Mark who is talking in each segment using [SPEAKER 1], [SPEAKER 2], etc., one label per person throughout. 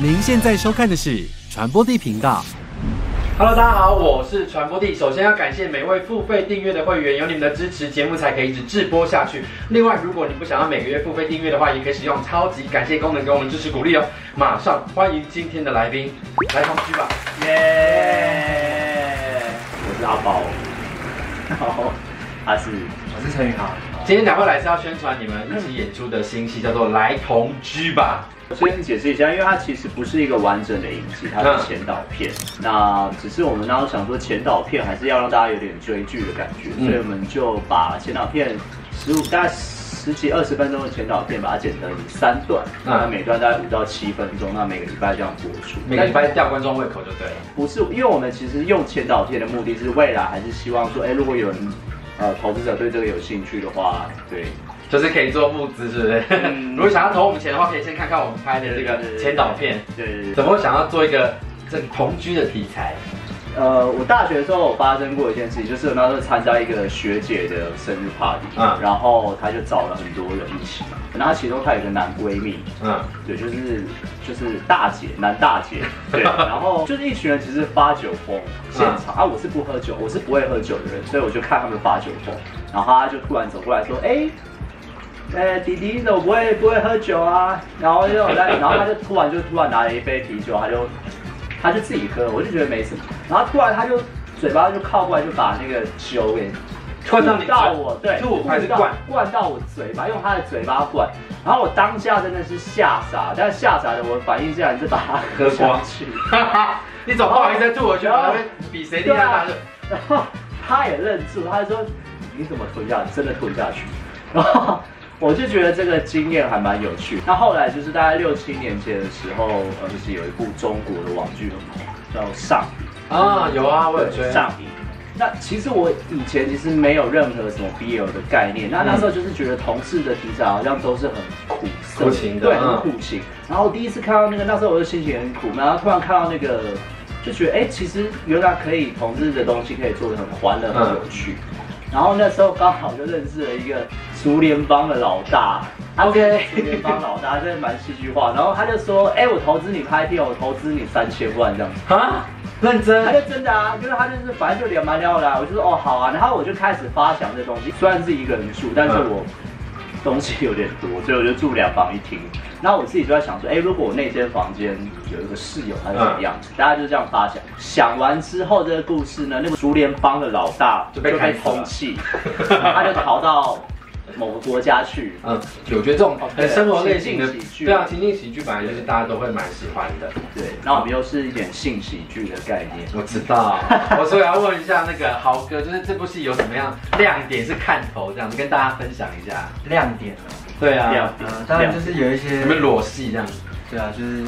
[SPEAKER 1] 您现在收看的是传播地频道。
[SPEAKER 2] Hello，大家好，我是传播帝。首先要感谢每位付费订阅的会员，有你们的支持，节目才可以一直直播下去。另外，如果你不想要每个月付费订阅的话，也可以使用超级感谢功能给我们支持鼓励哦。马上欢迎今天的来宾，来同居吧。
[SPEAKER 3] 耶！我是阿包，然后他是
[SPEAKER 4] 我是陈宇豪，
[SPEAKER 2] 今天两位来是要宣传你们一起演出的新戏，叫做《来同居吧
[SPEAKER 3] 我先解释一下，因为它其实不是一个完整的影集，它是前导片。
[SPEAKER 2] 嗯
[SPEAKER 3] 那只是我们当时想说前导片还是要让大家有点追剧的感觉，
[SPEAKER 2] 嗯
[SPEAKER 3] 所以我们就把前导片十五大概十几二十分钟的前导片把它剪成三段，那每段大概五到七分钟，那每个礼拜这样播出》，。
[SPEAKER 2] 嗯每个礼拜吊观众胃口就对了。
[SPEAKER 3] 不是，因为我们其实用前导片的目的是未来还是希望说，哎、如果有人呃投资者对这个有兴趣的话，对，
[SPEAKER 2] 就是可以做募资，是不是？
[SPEAKER 3] 嗯
[SPEAKER 2] 如果想要投我们钱的话，可以先看看我们拍的这个前导片，
[SPEAKER 3] 对对对
[SPEAKER 2] 怎么会想要做一个这个同居的题材？
[SPEAKER 3] 呃，我大学的时候有发生过一件事情，就是我那时候参加一个学姐的生日 party，
[SPEAKER 2] 嗯
[SPEAKER 3] 然后她就找了很多人一起，然后其中她有一个男闺蜜，
[SPEAKER 2] 嗯，
[SPEAKER 3] 对，就是就是大姐，男大姐，对，然后就是一群人其实发酒疯，现场啊，我是不喝酒，我是不会喝酒的人，所以我就看他们发酒疯，然后他就突然走过来说，哎、呃，弟弟，你怎么不会不会喝酒啊？然后就我在，然后他就突然就突然拿了一杯啤酒，他就他就自己喝，我就觉得没什么。然后突然他就嘴巴就靠过来，就把那个酒给
[SPEAKER 2] 灌到你嘴
[SPEAKER 3] 到我，对，
[SPEAKER 2] 吐还是
[SPEAKER 3] 到
[SPEAKER 2] 灌
[SPEAKER 3] 灌到我嘴巴，用他的嘴巴灌。然后我当下真的是吓傻，但是吓傻的我反应竟然是把它喝
[SPEAKER 2] 喝光
[SPEAKER 3] 下去。
[SPEAKER 2] 哈哈， 你总不好意思再吐回去，然后比谁力量大就。
[SPEAKER 3] 啊然后他也愣住，他就说：“你怎么吞下去？真的吞下去？” 然后我就觉得这个经验还蛮有趣。那后来就是大概六七年前的时候，呃，就是有一部中国的网剧很红，叫《上瘾
[SPEAKER 2] 啊，有啊，我有追啊。
[SPEAKER 3] 上瘾。那其实我以前其实没有任何什么 BL 的概念，那那时候就是觉得同事的题材好像都是很苦涩
[SPEAKER 2] 苦情的
[SPEAKER 3] 对，
[SPEAKER 2] 嗯
[SPEAKER 3] 很苦情。然后第一次看到那个，那时候我就心情很苦，然后突然看到那个，就觉得哎、其实原来可以同志的东西可以做的很欢乐、很有趣。然后那时候刚好就认识了一个苏联帮的老大，OK，苏联帮老大真的蛮戏剧化。然后他就说，哎、我投资你拍片，我投资你三千万这样子。
[SPEAKER 2] 啊，认
[SPEAKER 3] 他
[SPEAKER 2] 真。
[SPEAKER 3] 就真的啊，就是他就是反正就聊蛮聊的、啊，我就说哦好啊，然后我就开始发想这东西，虽然是一个人住，但是我东西有点多，所以我就住两房一厅。然后我自己就在想说，哎、如果我那间房间有一个室友，他是什么样子？大家就这样发想。想完之后，这个故事呢，那个竹联帮的老大
[SPEAKER 2] 就
[SPEAKER 3] 就
[SPEAKER 2] 被
[SPEAKER 3] 被
[SPEAKER 2] 砍死了
[SPEAKER 3] 通缉，他就逃到某个国家去。
[SPEAKER 2] 嗯，我觉得这种很生活类型的
[SPEAKER 3] 哦情景喜，剧
[SPEAKER 2] 对啊，情景喜剧本来就是大家都会蛮喜欢的。
[SPEAKER 3] 对，那我们又是一点性喜剧的概念。
[SPEAKER 2] 我知道， 我所以要问一下那个豪哥，就是这部戏有什么样亮点是看头，这样子跟大家分享一下。
[SPEAKER 4] 亮点啊，
[SPEAKER 2] 对啊
[SPEAKER 3] 亮，
[SPEAKER 4] 呃，当 然就是有一些
[SPEAKER 2] 你，们裸戏这样，
[SPEAKER 4] 对啊，就是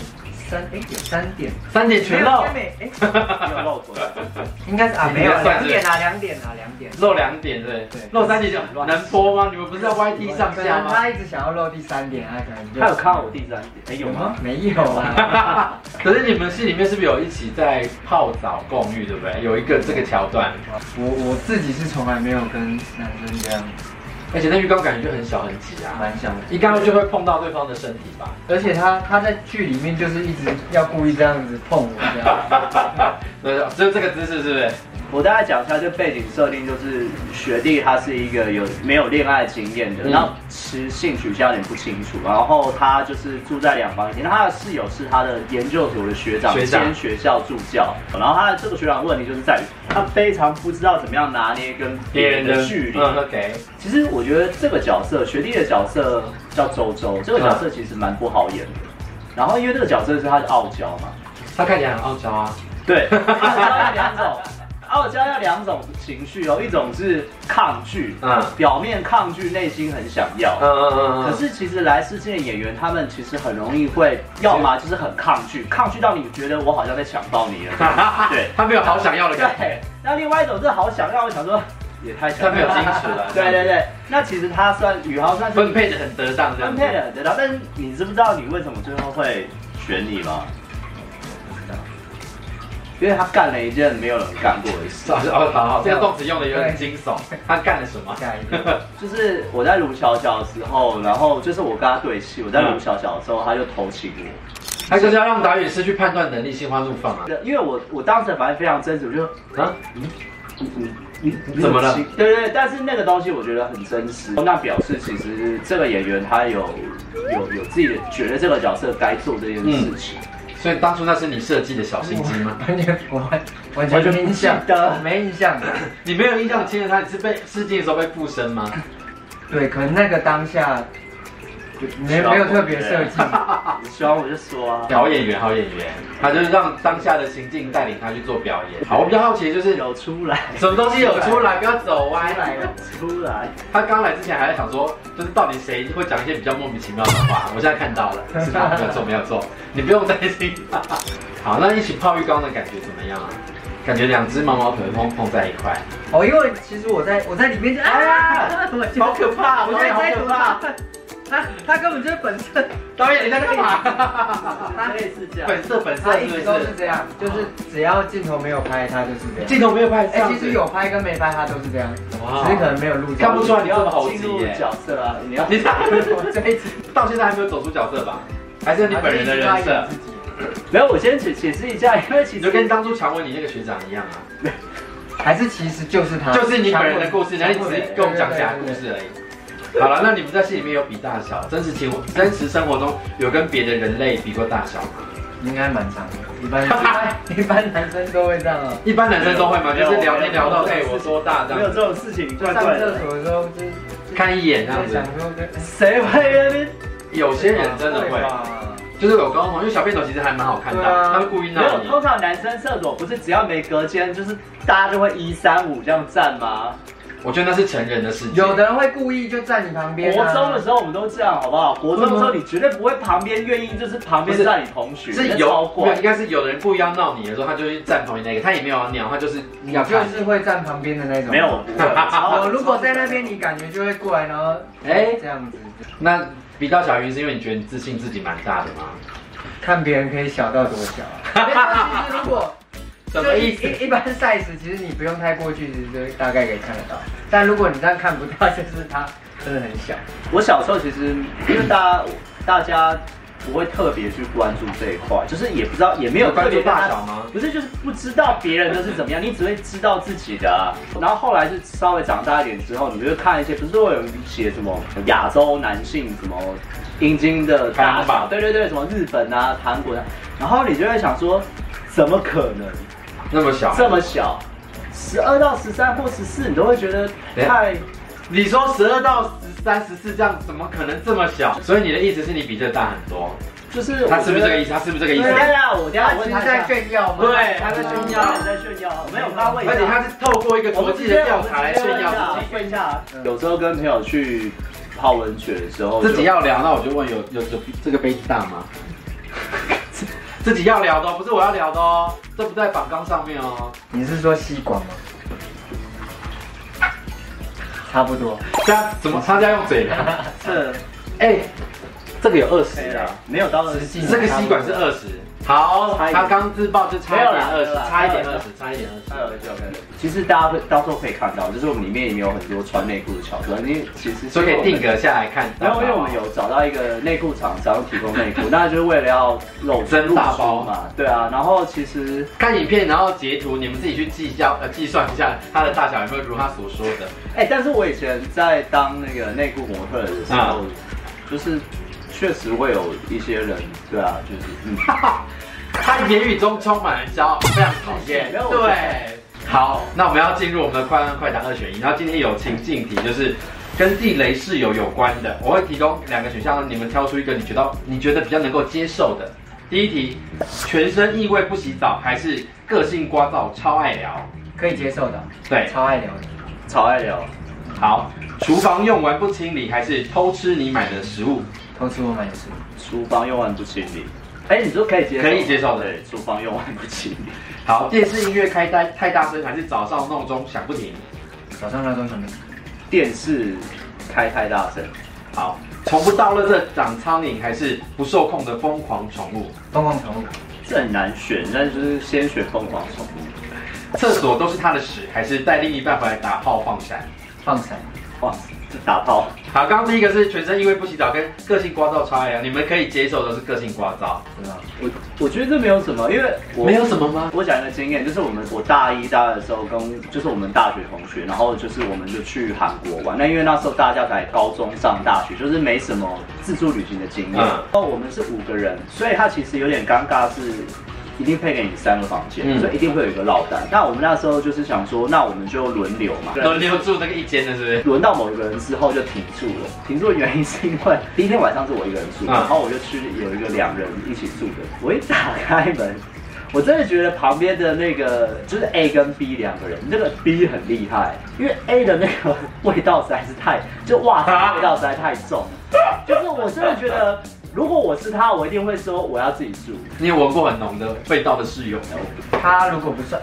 [SPEAKER 4] 三哎有三点，
[SPEAKER 2] 三点全露，
[SPEAKER 4] 没有应该
[SPEAKER 3] 没有漏口的
[SPEAKER 4] 没，应该是啊没有
[SPEAKER 2] 应该算
[SPEAKER 4] 两
[SPEAKER 2] 是
[SPEAKER 4] 点啊两点啊两点，
[SPEAKER 2] 露两点对不对
[SPEAKER 4] 对，
[SPEAKER 2] 露三点就能播吗？你们不是在 YT 上
[SPEAKER 4] 可
[SPEAKER 2] 架
[SPEAKER 4] 能
[SPEAKER 2] 吗？
[SPEAKER 4] 他一直想要漏第三点啊，可能就
[SPEAKER 3] 他有看我第三点，哎、有
[SPEAKER 4] 有
[SPEAKER 3] 吗
[SPEAKER 4] 吗？？没有啊，
[SPEAKER 2] 可是你们戏里面是不是有一起在泡澡共浴，对不对？有一个这个桥段，
[SPEAKER 4] 我我自己是从来没有跟男生这样
[SPEAKER 2] 而且那浴缸感觉就很小很挤啊，
[SPEAKER 4] 蛮想的，
[SPEAKER 2] 一刚就会碰到对方的身体 吧。
[SPEAKER 4] 而且他他在剧里面就是一直要故意这样子碰我这样，
[SPEAKER 2] 那就这个姿势是不是？
[SPEAKER 3] 我大概讲一下，这背景设定就是学弟他是一个有没有恋爱经验的，
[SPEAKER 2] 嗯
[SPEAKER 3] 然后其实性取向有点不清楚，然后他就是住在两房一厅，他的室友是他的研究所的学长
[SPEAKER 2] 学长
[SPEAKER 3] 兼学校助教，然后他的这个学长的问题就是在于他非常不知道怎么样拿捏跟别 人的距离。
[SPEAKER 2] 嗯，OK，
[SPEAKER 3] 其实我觉得这个角色学弟的角色叫周周，这个角色其实蛮不好演的。然后因为这个角色是他的傲娇嘛，
[SPEAKER 2] 他看起来很傲娇啊，
[SPEAKER 3] 对，傲娇要两种，傲娇要两种情绪哦，一种是抗拒，
[SPEAKER 2] 嗯
[SPEAKER 3] 表面抗拒，内心很想要。
[SPEAKER 2] 嗯嗯嗯
[SPEAKER 3] 可
[SPEAKER 2] 嗯，
[SPEAKER 3] 是其实来试镜的演员，他们其实很容易会，要么就是很抗拒，抗拒到你觉得我好像在抢到你
[SPEAKER 2] 嗯
[SPEAKER 3] 了，对
[SPEAKER 2] 他没有好想要的感
[SPEAKER 3] 对
[SPEAKER 2] 觉，。
[SPEAKER 3] 那另外一种是好想让我想说，也太想
[SPEAKER 2] 他
[SPEAKER 3] 要
[SPEAKER 2] 没有矜持 了，
[SPEAKER 3] 对对对，那其实他算宇豪算是
[SPEAKER 2] 分配的很得当，这样
[SPEAKER 3] 分
[SPEAKER 2] 子
[SPEAKER 3] 配的得到，但是你知不知道你为什么最后会选你吗？因为他干了一件没有人干过的事，
[SPEAKER 2] 是啊是哦，好好，这个动词用的有点惊悚，他干了什么？
[SPEAKER 4] 下一个。
[SPEAKER 3] 就是我在卢小小的时候，然后就是我跟他对戏，我在卢小小的时候，他就偷情我，
[SPEAKER 2] 他就是要让导演失去判断能力，心花怒放啊！
[SPEAKER 3] 因为我我当时反应非常真实，我就
[SPEAKER 2] 啊，
[SPEAKER 3] 你你你你
[SPEAKER 2] 怎么了？
[SPEAKER 3] 对对，对但是那个东西我觉得很真实，那表示其实这个演员他有有有自己的觉得这个角色该做这件事情。
[SPEAKER 2] 所以当初那是你设计的小 心机吗？
[SPEAKER 4] 完全我完完全没印象
[SPEAKER 3] 的
[SPEAKER 4] 没印象。
[SPEAKER 2] 你没有印象亲了他，你是被试镜的时候被附身 吗？
[SPEAKER 4] 对，可能那个当下就没没有特别设计，
[SPEAKER 3] 你喜欢我就说啊，
[SPEAKER 2] 好演员，好演员，他就是让当下的情境带领他去做表演。好，我比较好奇的就是
[SPEAKER 3] 有出来，
[SPEAKER 2] 什么东西有出来，不要走歪来了。
[SPEAKER 3] 出来，
[SPEAKER 2] 他刚来之前还在想说，就是到底谁会讲一些比较莫名其妙的话。我现在看到了， 是他没有错，没有错，你不用担心。 好，那一起泡浴缸的感觉怎么样啊？感觉两只毛毛腿碰碰在一块，
[SPEAKER 4] 哦，因为其实我在我在里面就啊，我就
[SPEAKER 3] 好可怕，
[SPEAKER 4] 我
[SPEAKER 3] 我
[SPEAKER 4] 在
[SPEAKER 3] 觉得好
[SPEAKER 4] 在
[SPEAKER 3] 可
[SPEAKER 4] 读
[SPEAKER 3] 怕
[SPEAKER 4] 他，，他他根本就是本色，
[SPEAKER 2] 导演你在干 嘛？
[SPEAKER 4] 他
[SPEAKER 3] 可以是这样。
[SPEAKER 2] 本色本色
[SPEAKER 4] 他
[SPEAKER 2] 是
[SPEAKER 4] 一
[SPEAKER 2] 不
[SPEAKER 4] 直都是
[SPEAKER 2] 是？
[SPEAKER 4] 这样，就是只要镜头没有拍，他就是这样。啊
[SPEAKER 2] 镜头没有拍这
[SPEAKER 4] 哎，
[SPEAKER 2] 样
[SPEAKER 4] 其
[SPEAKER 2] 子
[SPEAKER 4] 实有拍跟没拍，他都是这样，
[SPEAKER 2] 哇
[SPEAKER 4] 只是可能没有录进去。
[SPEAKER 2] 看不出来
[SPEAKER 3] 你
[SPEAKER 2] 你这么
[SPEAKER 3] 要
[SPEAKER 2] 猴
[SPEAKER 3] 进
[SPEAKER 2] 急
[SPEAKER 3] 入
[SPEAKER 2] 耶！
[SPEAKER 3] 角色啊，你要
[SPEAKER 2] 你
[SPEAKER 4] 我这一集
[SPEAKER 2] 到现在还没有走出角色吧？还是你本人的人设？
[SPEAKER 4] 自己
[SPEAKER 3] 没有，我先解解释一下，因为其
[SPEAKER 2] 你
[SPEAKER 3] 实
[SPEAKER 2] 就跟当初强吻你那个学长一样啊，
[SPEAKER 4] 还是其实就是他，
[SPEAKER 2] 就是你本人的故事，然后你只是跟我们讲假故
[SPEAKER 4] 对。对对
[SPEAKER 2] 事
[SPEAKER 4] 对
[SPEAKER 2] 而已。好了，那你们在戏里面有比大小？真实情我真实生活中有跟别的人类比过大小吗？
[SPEAKER 4] 应该蛮长的，一 般一般男生都会这样啊。
[SPEAKER 2] 一般男生都会吗？
[SPEAKER 3] 没
[SPEAKER 2] 就
[SPEAKER 3] 有
[SPEAKER 2] 是聊天聊到
[SPEAKER 3] 没有
[SPEAKER 2] 哎我多大这
[SPEAKER 3] 没有
[SPEAKER 2] 样
[SPEAKER 3] 这
[SPEAKER 2] 子，
[SPEAKER 3] 种事情，你怪
[SPEAKER 4] 上
[SPEAKER 3] 怪
[SPEAKER 4] 厕
[SPEAKER 3] 的。
[SPEAKER 4] 所的时候就是
[SPEAKER 2] 看一眼这样
[SPEAKER 4] 就
[SPEAKER 2] 子
[SPEAKER 4] 想。说跟，
[SPEAKER 3] 谁会那边？
[SPEAKER 2] 有些人真的会，
[SPEAKER 4] 吧
[SPEAKER 2] 就是有高中同学，因为小便斗其实还蛮好看的
[SPEAKER 4] 对
[SPEAKER 2] 啊，
[SPEAKER 4] 啊
[SPEAKER 2] 他会故意
[SPEAKER 3] 没
[SPEAKER 2] 闹
[SPEAKER 3] 有，
[SPEAKER 2] 你。
[SPEAKER 3] 通常男生厕所不是只要没隔间，就是大家就会一三五这样站吗？
[SPEAKER 2] 我觉得那是成人的世界。
[SPEAKER 4] 有的人会故意就站你旁边、
[SPEAKER 3] 国
[SPEAKER 4] 啊。
[SPEAKER 3] 中的时候我们都这样，好不好？国中的时候你绝对不会旁边愿意就是旁边站你同学，
[SPEAKER 2] 是
[SPEAKER 3] 那超
[SPEAKER 2] 有，没有
[SPEAKER 3] 怪
[SPEAKER 2] 应。该是有的人故意要闹你的时候，他就去站旁边那个，他也没有要尿，他就是
[SPEAKER 4] 你
[SPEAKER 2] 要看
[SPEAKER 4] 就。是会站旁边的那种。
[SPEAKER 3] 没有，我不会。
[SPEAKER 4] 我
[SPEAKER 3] 我
[SPEAKER 4] 如果在那 边，你感觉就会过来，然后
[SPEAKER 2] 哎
[SPEAKER 4] 这样子
[SPEAKER 2] 那比较小云是因为你觉得你自信自己蛮大的吗？
[SPEAKER 4] 看别人可以小到多小、 啊。其实如果
[SPEAKER 2] 什么意思
[SPEAKER 4] 就？一一一般 size，其实你不用太过去，其实就大概可以看得到。但如果你这样看不到，就是它真的很小。
[SPEAKER 3] 我小时候其实因为大家大家不会特别去关注这一块，就是也不知道也没有
[SPEAKER 2] 关
[SPEAKER 3] 特
[SPEAKER 2] 注
[SPEAKER 3] 别
[SPEAKER 2] 大小吗？
[SPEAKER 3] 不是，就是不知道别人的是怎么样，你只会知道自己的、啊。然后后来是稍微长大一点之后，你就会看一些，不是都会有写什么亚洲男性什么阴茎的大
[SPEAKER 2] 排行榜
[SPEAKER 3] 小，对对对，什么日本啊、韩国啊，然后你就会想说，怎么可能
[SPEAKER 2] 那么小？
[SPEAKER 3] 这么小？十二到十三或十四，你都会觉得
[SPEAKER 2] 等一下
[SPEAKER 3] 太
[SPEAKER 2] 你说十二到十三、十四这样，怎么可能这么小？所以你的意思是你比这大很多？
[SPEAKER 3] 就是
[SPEAKER 2] 他是不是这个意
[SPEAKER 3] 思？
[SPEAKER 2] 思？他是不是这个意
[SPEAKER 3] 对
[SPEAKER 2] 思？
[SPEAKER 3] 啊，我等一下
[SPEAKER 4] 他
[SPEAKER 3] 我问
[SPEAKER 4] 只是
[SPEAKER 3] 他一
[SPEAKER 4] 在
[SPEAKER 3] 下，
[SPEAKER 4] 炫耀吗？
[SPEAKER 2] 对他在炫耀
[SPEAKER 3] 在炫耀，没有我刚问一下，
[SPEAKER 2] 而且他是透过一个国际的调查来炫耀自己。
[SPEAKER 3] 问一下，有时候跟朋友去泡温泉的时候，
[SPEAKER 2] 自己要聊，那我就问有有有这个杯子大 吗？自己要聊的、哦，不是我要聊的哦，这不在榜纲上面哦。
[SPEAKER 4] 你是说吸管吗？差不多，
[SPEAKER 2] 这样怎么他家用嘴聊？
[SPEAKER 3] 这
[SPEAKER 2] 哎、这个有二十
[SPEAKER 3] 谁
[SPEAKER 2] 啊
[SPEAKER 3] 啊，？没有到二
[SPEAKER 4] 实
[SPEAKER 3] 十
[SPEAKER 4] 际
[SPEAKER 2] 这个吸管是二十。好，
[SPEAKER 3] 差一点
[SPEAKER 2] 他刚自爆就差一点
[SPEAKER 3] 没
[SPEAKER 2] 二
[SPEAKER 3] 有啦没有
[SPEAKER 2] 十，
[SPEAKER 3] 啦
[SPEAKER 2] 差一点二十，差一点二
[SPEAKER 3] 二十九个。其实大家会到时候可以看到，就是我们里面也没有很多穿内裤的桥段，因为其实
[SPEAKER 2] 十，所以可以定格下来看。
[SPEAKER 3] 然后因为我们有找到一个内裤厂商提供内裤，那就是为了要露
[SPEAKER 2] 真大包
[SPEAKER 3] 露出嘛，对啊。然后其实
[SPEAKER 2] 看影片，然后截图，你们自己去计较呃计算一下它的大小有没有如他所说的。
[SPEAKER 3] 哎、但是我以前在当那个内裤模特的时
[SPEAKER 2] 啊
[SPEAKER 3] 候，就是确实会有一些人，对啊，就是嗯，
[SPEAKER 2] 哈哈， 他言语中充满了骄傲，非常讨厌。
[SPEAKER 3] 没有我觉
[SPEAKER 2] 对，好，那我们要进入我们的快问快答二选一。然后今天有情境题，就是跟地雷室友有关的，我会提供两个选项，你们挑出一个你觉得你觉得比较能够接受的。第一题，全身异味不洗澡，还是个性聒噪超爱聊？
[SPEAKER 4] 可以接受的，
[SPEAKER 2] 对，
[SPEAKER 4] 超爱聊的。
[SPEAKER 3] 超爱聊，
[SPEAKER 2] 好，厨房用完不清理，还是偷吃你买的食物？
[SPEAKER 4] 偷吃我买的食物，
[SPEAKER 3] 厨房用完不清理。哎、你说可以接受，
[SPEAKER 2] 可以接受的
[SPEAKER 3] 对，厨房用完不清理。
[SPEAKER 2] 好，电视音乐开太太大声，还是早上闹钟响不停？
[SPEAKER 4] 早上闹钟响起，
[SPEAKER 3] 电视开太大声，
[SPEAKER 2] 好，从不到垃圾长苍蝇，还是不受控的疯狂宠物？
[SPEAKER 4] 疯狂宠物，
[SPEAKER 3] 这很难选，但是就是先选凤凰宠物，
[SPEAKER 2] 厕所都是他的屎，还是带另一半回来打炮放闪？
[SPEAKER 4] 放闪，
[SPEAKER 3] 哇，打炮。
[SPEAKER 2] 好，刚刚第一个是全身因为不洗澡跟个性聒噪差异啊，你们可以接受的是个性聒噪，
[SPEAKER 4] 对吧？
[SPEAKER 3] 我我觉得这没有什么，因为我
[SPEAKER 2] 没有什么吗？
[SPEAKER 3] 我讲一个经验，就是我们我大一、大二的时候跟就是我们大学同学，然后就是我们就去韩国玩。那因为那时候大家才高中上大学，就是没什么自助旅行的经验。
[SPEAKER 2] 嗯
[SPEAKER 3] 哦，我们是五个人，所以他其实有点尴尬是。一定配给你三个房间，
[SPEAKER 2] 嗯
[SPEAKER 3] 所以一定会有一个落单。那我们那时候就是想说，那我们就轮流嘛，
[SPEAKER 2] 都留住那个一间的，是不是？
[SPEAKER 3] 轮到某一个人之后就停住了，停住的原因是因 为第一天晚上是我一个人住，
[SPEAKER 2] 嗯
[SPEAKER 3] 然后我就去有一个两人一起住的，我一打开门。我真的觉得旁边的那个就是 A 跟 B 两个人，那个 B 很厉害，因为 A 的那个味道实在是太，就哇塞，味道实在太重了，就是我真的觉得，如果我是他，我一定会说我要自己住。
[SPEAKER 2] 你有闻过很浓的味道的室友吗？
[SPEAKER 4] 他如果不帅，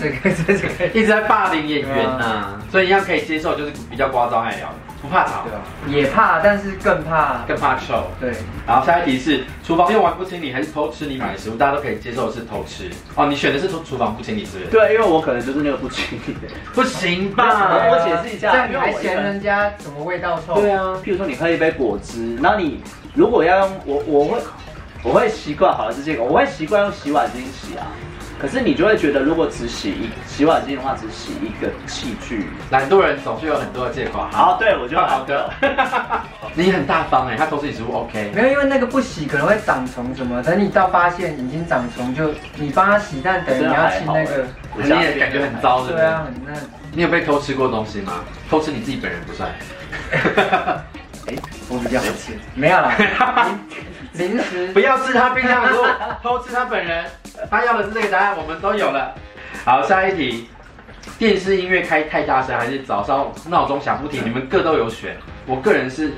[SPEAKER 4] 这个这这个，
[SPEAKER 2] 一直在霸凌演员呐、所以一样可以接受，就是比较聒噪爱聊，不怕吵
[SPEAKER 4] 对，吧？也怕，但是更怕，
[SPEAKER 2] 更怕臭。
[SPEAKER 4] 对，
[SPEAKER 2] 然后下一题是厨房用完不清理还是偷吃你买的食物，大家都可以接受的是偷吃。哦，你选的是厨厨房不清理是不是？
[SPEAKER 3] 对，因为我可能就是那个不清理的人。
[SPEAKER 2] 不行
[SPEAKER 3] 啊
[SPEAKER 2] 吧？
[SPEAKER 3] 我解释一下
[SPEAKER 4] 这样你
[SPEAKER 3] 因为我
[SPEAKER 4] 还
[SPEAKER 3] 一个
[SPEAKER 4] 嫌
[SPEAKER 3] 人
[SPEAKER 4] 人家什么味道臭？
[SPEAKER 2] 对啊，
[SPEAKER 3] 譬如说你喝一杯果汁，那你如果要用我我会我会习惯，好了是这个，我会习惯用洗碗巾洗啊。可是你就会觉得，如果只洗一洗碗巾的话，只洗一个器具。
[SPEAKER 2] 懒惰人总是有很多的借口。
[SPEAKER 3] 好，对我就
[SPEAKER 2] 好
[SPEAKER 3] 好
[SPEAKER 2] 的
[SPEAKER 3] 的。，
[SPEAKER 2] 你很大方哎、他偷吃你食物 OK。
[SPEAKER 4] 没有，因为那个不洗可能会长虫什么，等你到发现已经长虫，就你帮他洗，但等于你要清那个，
[SPEAKER 3] 我
[SPEAKER 2] 你
[SPEAKER 3] 下次
[SPEAKER 2] 也感觉很糟，是不
[SPEAKER 4] 对
[SPEAKER 2] 是？
[SPEAKER 4] 啊，很那
[SPEAKER 2] 你有被偷吃过东西吗？偷吃你自己本人不算。哎
[SPEAKER 4] 我比较好吃，没 有啦，零零食
[SPEAKER 2] 不要吃他冰箱的食物，偷吃他本人。 他要的是这个答案，我们都有了。好，下一题，电视音乐开太大声，还是早上闹钟响不停？你们各都有选。我个人是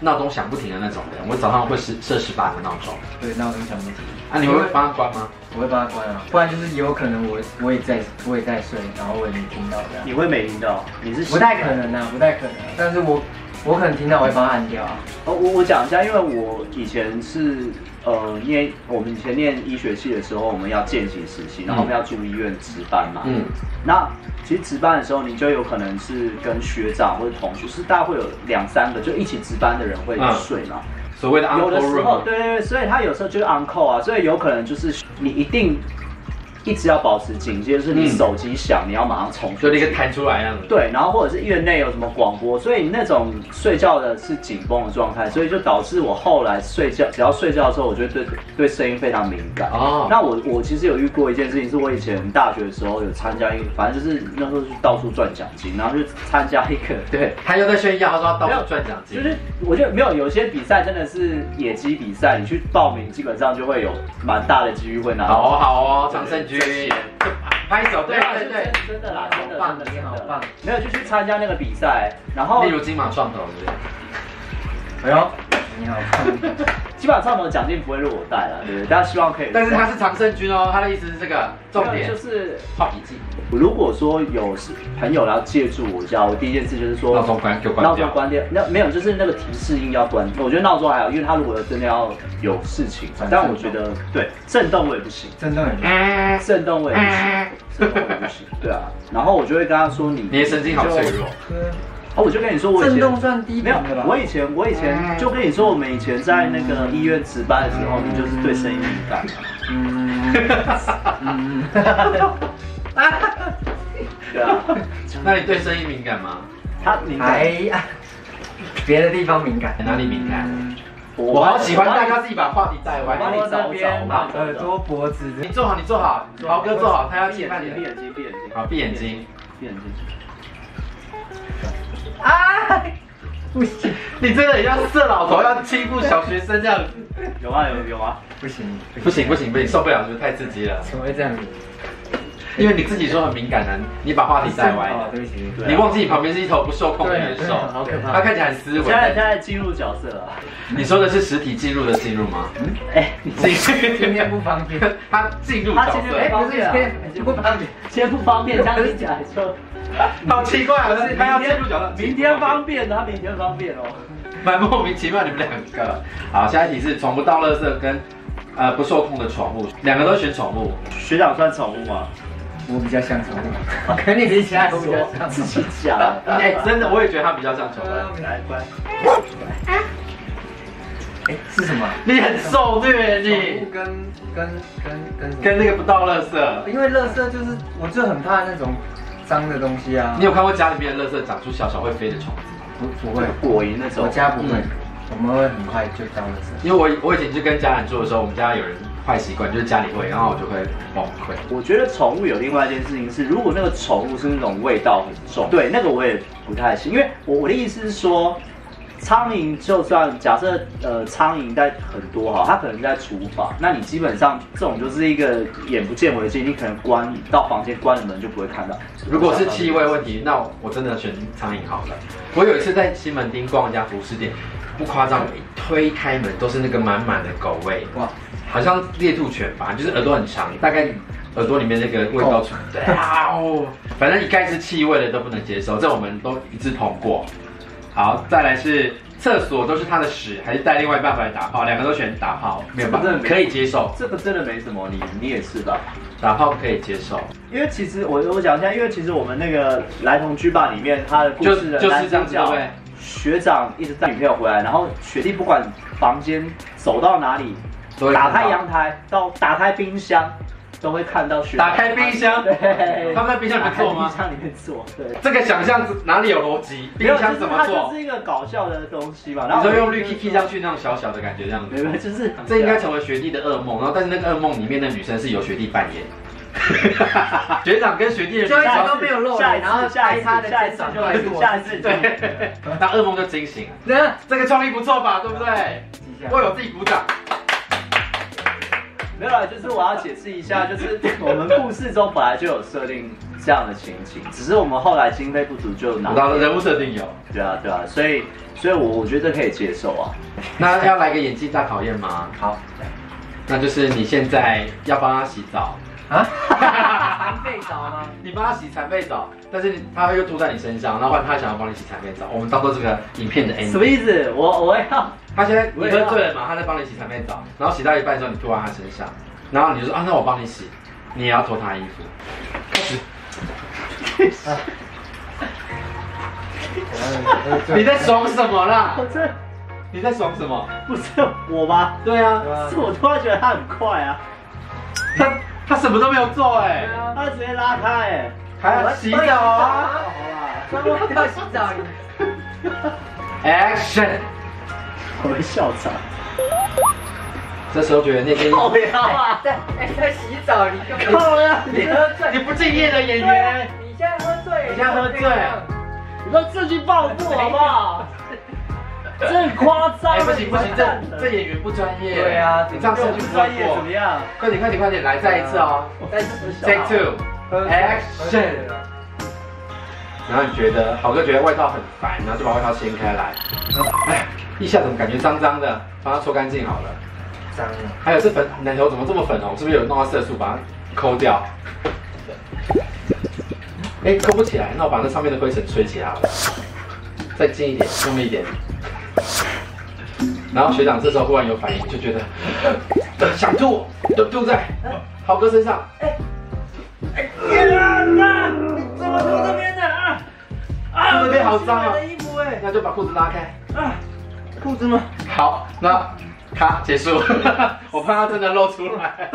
[SPEAKER 2] 闹钟响不停的那种人，我早上会设设十八个闹钟。
[SPEAKER 4] 对，那我跟你讲不起，
[SPEAKER 2] 啊，你们会帮他关吗？
[SPEAKER 4] 我会帮他关啊，不然就是有可能我我也在我也在睡，然后我也没听到这样，
[SPEAKER 3] 你会没听到，你是习
[SPEAKER 4] 不
[SPEAKER 3] 惯
[SPEAKER 4] 太可能啊，不太可能啊，但是我我可能听到我会帮他按掉啊，
[SPEAKER 3] 哦，我我讲一下，因为我以前是呃念我们以前念医学系的时候，我们要见习实习，然后我们要住医院值班嘛。
[SPEAKER 2] 嗯
[SPEAKER 3] 嗯。那其实值班的时候，你就有可能是跟学长或者同学，是大概会有两三个就一起值班的人会
[SPEAKER 2] 嗯
[SPEAKER 3] 睡嘛。
[SPEAKER 2] 所谓的 uncle
[SPEAKER 3] 有的时
[SPEAKER 2] room
[SPEAKER 3] 候，
[SPEAKER 2] 吗。
[SPEAKER 3] 对对对，所以他有时候就是 on call 啊，所以有可能就是你一定一直要保持警戒，就是你
[SPEAKER 2] 嗯
[SPEAKER 3] 手机响，你要马上重
[SPEAKER 2] 就立刻弹出来那样子。
[SPEAKER 3] 对，然后或者是院内有什么广播，所以你那种睡觉的是紧绷的状态，所以就导致我后来睡觉，只要睡觉的时候，我就会对对声音非常敏感。
[SPEAKER 2] 哦
[SPEAKER 3] 哦，那我我其实有遇过一件事情，是我以前大学的时候有参加一个，反正就是那时候就到处赚奖金，然后就参加一个对。
[SPEAKER 2] 他又在炫耀，他说要到
[SPEAKER 3] 没有
[SPEAKER 2] 处赚奖金。
[SPEAKER 3] 就是我觉得没有，有些比赛真的是野鸡比赛，你去报名基本上就会有蛮大的机会拿到。
[SPEAKER 2] 好哦好哦，常胜军，拍手，对
[SPEAKER 3] 啊
[SPEAKER 2] 对
[SPEAKER 3] 是
[SPEAKER 2] 对。
[SPEAKER 3] 真的啦，真的，
[SPEAKER 4] 棒
[SPEAKER 3] 真的，
[SPEAKER 4] 你好
[SPEAKER 3] 真的
[SPEAKER 4] 棒
[SPEAKER 3] 没有，就去参加那个比赛，然后
[SPEAKER 2] 例如金马创投，对不对？
[SPEAKER 4] 哎呦，你好 棒，
[SPEAKER 3] 基本上我们的奖金不会落我带了，对不对？大家希望可以，
[SPEAKER 2] 但是他是常胜军哦，他的意思是这个重点
[SPEAKER 3] 就。是
[SPEAKER 2] 画笔记，
[SPEAKER 3] 如果说有朋友要借助我一下，我第一件事就是说
[SPEAKER 2] 闹钟关给我关掉
[SPEAKER 3] 闹钟关掉，那没有就是那个提示音要关，我觉得闹钟还好，因为他如果真的要有事情
[SPEAKER 4] 反，
[SPEAKER 3] 但我觉得对震动我也不行，哎
[SPEAKER 4] 真的很
[SPEAKER 3] 震动我也不行，震动我也不行，对啊，然后我就会跟他说你
[SPEAKER 2] 你的神经好脆
[SPEAKER 3] 就
[SPEAKER 2] 弱，
[SPEAKER 3] 哦，我就跟你说，我以前
[SPEAKER 4] 震动算低频
[SPEAKER 3] 没有
[SPEAKER 4] 的吧，
[SPEAKER 3] 我以前我以前就跟你说，我们以前在那个医院值班的时候，你就是对声音敏感。
[SPEAKER 4] 嗯嗯，
[SPEAKER 3] 对啊，
[SPEAKER 2] 那你对声音敏感吗？
[SPEAKER 3] 他敏感。
[SPEAKER 4] 还哎别的地方敏感，
[SPEAKER 2] 哪里敏感
[SPEAKER 4] 嗯
[SPEAKER 2] 我好喜欢大家自己把话题带
[SPEAKER 3] 我帮
[SPEAKER 2] 歪。
[SPEAKER 3] 你
[SPEAKER 4] 耳朵
[SPEAKER 3] 找
[SPEAKER 4] 那
[SPEAKER 3] 找，
[SPEAKER 4] 边
[SPEAKER 3] 我帮你
[SPEAKER 4] 耳朵、脖子，
[SPEAKER 2] 你坐好，你坐好，豪哥坐好，他要
[SPEAKER 3] 闭
[SPEAKER 2] 气
[SPEAKER 3] 眼
[SPEAKER 2] 范
[SPEAKER 3] 睛，闭
[SPEAKER 2] 你。
[SPEAKER 3] 眼睛，闭眼睛。
[SPEAKER 2] 好，闭眼睛。
[SPEAKER 3] 闭眼睛。
[SPEAKER 4] 啊，不行
[SPEAKER 2] 你真的很像色老头要欺负小学生这样，
[SPEAKER 3] 有啊有有啊，
[SPEAKER 4] 不行
[SPEAKER 2] 不行不行不行，受不了，是不是太刺激 了？
[SPEAKER 4] 怎么会这样子？
[SPEAKER 2] 因为你自己说很敏感啊，你把话题带歪
[SPEAKER 4] 哦
[SPEAKER 2] 了，
[SPEAKER 4] 对不起，
[SPEAKER 3] 对啊
[SPEAKER 2] 你忘记你旁边是一头不受控的元
[SPEAKER 4] 对
[SPEAKER 2] 兽，
[SPEAKER 4] 好可怕
[SPEAKER 2] 他看起来很斯
[SPEAKER 3] 现在
[SPEAKER 2] 文。
[SPEAKER 3] 现在进入角色了。
[SPEAKER 2] 你说的是实体进入的进入吗？
[SPEAKER 3] 哎，你
[SPEAKER 2] 进
[SPEAKER 4] 今天不方便，
[SPEAKER 2] 他进入哎
[SPEAKER 3] 他
[SPEAKER 2] 角
[SPEAKER 3] 今天
[SPEAKER 2] 色
[SPEAKER 3] 没，
[SPEAKER 4] 不是今天不方便，
[SPEAKER 3] 今天不方便，这样子讲说。
[SPEAKER 2] 好奇怪啊！是他要进入角色，
[SPEAKER 3] 明天方便，他明天方便哦。
[SPEAKER 2] 蛮莫名其妙，你们两个。好，下一题是从不到垃圾跟呃不受控的宠物，两个都选宠物。
[SPEAKER 3] 学长算宠物吗？
[SPEAKER 4] 我比较像宠物，可你比起来我比较像
[SPEAKER 3] 自
[SPEAKER 4] 宠
[SPEAKER 3] 己讲的。
[SPEAKER 2] 哎、真的，我也觉得他比较像丑
[SPEAKER 4] 物
[SPEAKER 2] 男。
[SPEAKER 3] 来乖，
[SPEAKER 4] 哎，是什么？
[SPEAKER 2] 你很受虐，
[SPEAKER 4] 宠
[SPEAKER 2] 你
[SPEAKER 4] 物跟跟跟跟
[SPEAKER 2] 跟那个不到垃圾。
[SPEAKER 4] 因为垃圾就是我就很怕那种脏的东西啊。
[SPEAKER 2] 你有看过家里面的垃圾长出小小会飞的虫子？
[SPEAKER 4] 不不会？
[SPEAKER 3] 果蝇那种。
[SPEAKER 4] 我家不会
[SPEAKER 2] 嗯，
[SPEAKER 4] 我们会很快就到垃圾。
[SPEAKER 2] 因为我我以前就跟家人住的时候，我们家有人坏习惯，就是家里会，然后我就会崩溃。
[SPEAKER 3] 我觉得宠物有另外一件事情是，如果那个宠物是那种味道很重，对，那个我也不太行，因为我我的意思是说，苍蝇就算假设呃苍蝇在很多哈，它可能在厨房，那你基本上这种就是一个眼不见为净，你可能关到房间关了门就不会看到。
[SPEAKER 2] 如果是气味问题，那我我真的选苍蝇好了。我有一次在西门町逛一家服饰店，不夸张，我一推开门都是那个满满的狗味，
[SPEAKER 4] 哇，
[SPEAKER 2] 好像猎兔犬吧，就是耳朵很长，大概耳朵里面那个味道出来。对啊哦，反正一概是气味的都不能接受，这我们都一致通过。好，再来是厕所都是他的屎，还是带另外一半回来打炮？两个都选打炮，没有办法
[SPEAKER 3] 这个，
[SPEAKER 2] 可以接受，
[SPEAKER 3] 这个真的没什么，你你也是吧？
[SPEAKER 2] 打炮可以接受，
[SPEAKER 3] 因为其实我我讲一下，因为其实我们那个《来同居吧》里面他的故
[SPEAKER 2] 就
[SPEAKER 3] 事的
[SPEAKER 2] 就是
[SPEAKER 3] 男
[SPEAKER 2] 这
[SPEAKER 3] 主
[SPEAKER 2] 样子，对不
[SPEAKER 3] 角
[SPEAKER 2] 对？
[SPEAKER 3] 学长一直带女朋友回来，然后学弟不管房间走到哪里，
[SPEAKER 2] 都会看到
[SPEAKER 3] 打开阳台到打开冰箱，都会看到学长
[SPEAKER 2] 打开冰箱
[SPEAKER 3] 对，
[SPEAKER 2] 他们在冰箱里面做吗
[SPEAKER 3] 打开冰箱里面做，对。
[SPEAKER 2] 这个想象哪里有逻辑？冰箱怎么
[SPEAKER 3] 没有就是它就
[SPEAKER 2] 做？
[SPEAKER 3] 是一个搞笑的东西嘛。
[SPEAKER 2] 你
[SPEAKER 3] 我
[SPEAKER 2] 说用绿 K K 上去那种小小的感觉，这样
[SPEAKER 3] 没
[SPEAKER 2] 子，
[SPEAKER 3] 有，就是
[SPEAKER 2] 这应该成为学弟的噩梦。然后，但是那个噩梦里面的女生是由学弟扮演， 学长跟学弟的
[SPEAKER 4] 就一
[SPEAKER 2] 女
[SPEAKER 4] 直
[SPEAKER 2] 生
[SPEAKER 4] 都没有露
[SPEAKER 3] 下一
[SPEAKER 4] 脸，
[SPEAKER 3] 次
[SPEAKER 4] 然后
[SPEAKER 3] 下一
[SPEAKER 4] 拍
[SPEAKER 3] 次
[SPEAKER 4] 他的
[SPEAKER 3] 下一
[SPEAKER 4] 肩
[SPEAKER 3] 次
[SPEAKER 4] 膀
[SPEAKER 3] 就
[SPEAKER 4] 过来
[SPEAKER 3] 会，下一次就会
[SPEAKER 2] 对，那噩梦就惊醒了。
[SPEAKER 4] 那
[SPEAKER 2] 这个创意不错吧？对不对？为我自己鼓掌。
[SPEAKER 3] 没有啦，就是我要解释一下， 就是我们故事中本来就有设定这样的情景，只是我们后来经费不足就拿
[SPEAKER 2] 然后人物设定有，
[SPEAKER 3] 对啊，对啊，所以，所以我我觉得可以接受啊。
[SPEAKER 2] 那要来个演技大考验吗？
[SPEAKER 4] 好
[SPEAKER 2] 那就是你现在要帮他洗澡，
[SPEAKER 4] 啊，含被澡吗？
[SPEAKER 2] 你帮他洗残废澡，但是他又吐在你身上，然后换他想要帮你洗残废澡，我们当做这个影片的 ending。
[SPEAKER 3] 什么意思？我我要
[SPEAKER 2] 他现在你喝醉了嘛，他在帮你洗残废澡，然后洗到一半的时候你吐到他身上，然后你就说啊，那我帮你洗，你也要脱他衣服。 你在爽什么啦
[SPEAKER 3] 我？这
[SPEAKER 2] 你在爽什么？
[SPEAKER 3] 不是我吗？
[SPEAKER 2] 对啊，
[SPEAKER 3] 是我突然觉得他很快啊，
[SPEAKER 2] 他他什么都没有做哎、
[SPEAKER 3] 他直接拉开哎、
[SPEAKER 2] 还要洗澡啊
[SPEAKER 3] 好啦，
[SPEAKER 4] 那我要洗澡，你
[SPEAKER 2] ！Action！
[SPEAKER 3] 我会笑场。
[SPEAKER 2] 这时候觉得那 件衣服，
[SPEAKER 3] 要啊！
[SPEAKER 4] 在哎在洗澡，你根
[SPEAKER 3] 够
[SPEAKER 4] 本
[SPEAKER 3] 了！
[SPEAKER 4] 你喝醉，
[SPEAKER 2] 你不敬业的演
[SPEAKER 4] 对啊
[SPEAKER 2] 员，啊
[SPEAKER 4] 你现在喝醉，
[SPEAKER 2] 你哎现在喝醉
[SPEAKER 4] 这样
[SPEAKER 3] 你说这句报复好不好？这很夸张、啊
[SPEAKER 2] 哎、不行不行，
[SPEAKER 3] 完
[SPEAKER 2] 这
[SPEAKER 3] 蛋了
[SPEAKER 2] 这演员不专业。
[SPEAKER 4] 对啊
[SPEAKER 2] 你这样下
[SPEAKER 3] 这
[SPEAKER 2] 去
[SPEAKER 3] 不
[SPEAKER 2] 不
[SPEAKER 3] 专业
[SPEAKER 2] 会
[SPEAKER 3] 怎么
[SPEAKER 2] 过。
[SPEAKER 3] 样？
[SPEAKER 2] 快点快点快点，来再一次哦
[SPEAKER 4] 在
[SPEAKER 2] ，Take two。
[SPEAKER 4] 喝醉
[SPEAKER 2] Action 然后你觉得好哥觉得外套很烦，然后就把外套掀开来，哎，腋下怎么感觉脏脏的？帮它搓干净好了。
[SPEAKER 4] 脏了，
[SPEAKER 2] 还有这粉奶头怎么这么粉红？哦是不是有弄到色素把它抠掉？哎，抠不起来，那我把那上面的灰尘吹起来好了。再近一点，用力一点。然后学长这时候忽然有反应，就觉得想吐，就吐在豪哥身上。
[SPEAKER 3] 哎
[SPEAKER 2] 哎
[SPEAKER 3] 怎么从这边的啊？
[SPEAKER 2] 啊这边好脏啊
[SPEAKER 3] 我的衣服哎、
[SPEAKER 2] 那就把裤子拉开。
[SPEAKER 3] 啊，裤子吗？
[SPEAKER 2] 好，那咔结 束，我怕他真的露出来。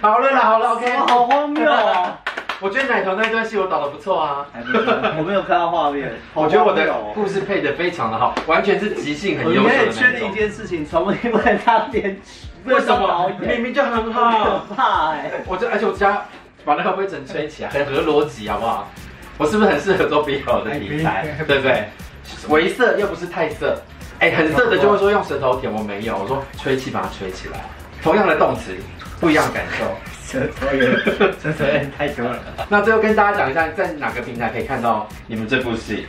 [SPEAKER 2] 好了啦，好了，OK，
[SPEAKER 3] 哇好荒谬 哦！
[SPEAKER 2] 我觉得奶头那段戏我导的不错啊
[SPEAKER 4] 还不错，
[SPEAKER 3] 我没有看到画面，
[SPEAKER 2] 我觉得我的
[SPEAKER 3] 好荒谬哦
[SPEAKER 2] 故事配的非常的好，完全是即兴很
[SPEAKER 3] 我
[SPEAKER 2] 优秀
[SPEAKER 3] 应该也
[SPEAKER 2] 的
[SPEAKER 3] 确
[SPEAKER 2] 那
[SPEAKER 3] 定一
[SPEAKER 2] 种。
[SPEAKER 3] 件事情，传闻不能当编剧，
[SPEAKER 2] 为什
[SPEAKER 3] 导
[SPEAKER 2] 么明
[SPEAKER 3] 演？
[SPEAKER 2] 明就很
[SPEAKER 3] 很
[SPEAKER 2] 好？
[SPEAKER 3] 可怕哎、
[SPEAKER 2] 我这而且我家把那个灰尘吹起来，很合逻辑，好不好？我是不是很适合做 BL 的题材
[SPEAKER 4] 哎可，以
[SPEAKER 2] 对不对？微涩又不是太涩，哎，很涩的就会说用舌头舔，我没有，我说吹气把它吹起来，同样的动词，不一样感受。
[SPEAKER 4] 舌头也舌头也太多了。
[SPEAKER 2] 那最后跟大家讲一下，在哪个平台可以看到你们这部戏？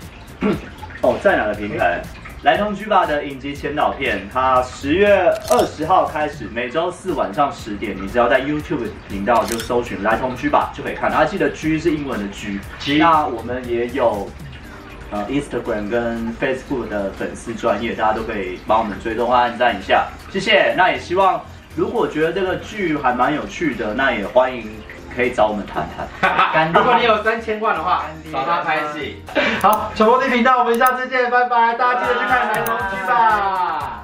[SPEAKER 3] 哦，在哪个平台？来通居吧的影集前导片，它十月二十号开始，每周四晚上十点，你只要在 YouTube 频道就搜寻“来通居吧”就可以看到。啊，记得 “G” 是英文的 “G”。
[SPEAKER 2] G
[SPEAKER 3] 那我们也有呃 Instagram 跟 Facebook 的粉丝专业，大家都可以帮我们追踪和按赞一下，谢谢。那也希望如果觉得这个剧还蛮有趣的，那也欢迎可以找我们谈谈。
[SPEAKER 5] 干爹
[SPEAKER 6] 如果你有三千万的话
[SPEAKER 5] 干，爹
[SPEAKER 6] 找他拍戏。好，传播地频道，我们下次见，拜拜！大家记得去看《南龙剧》吧。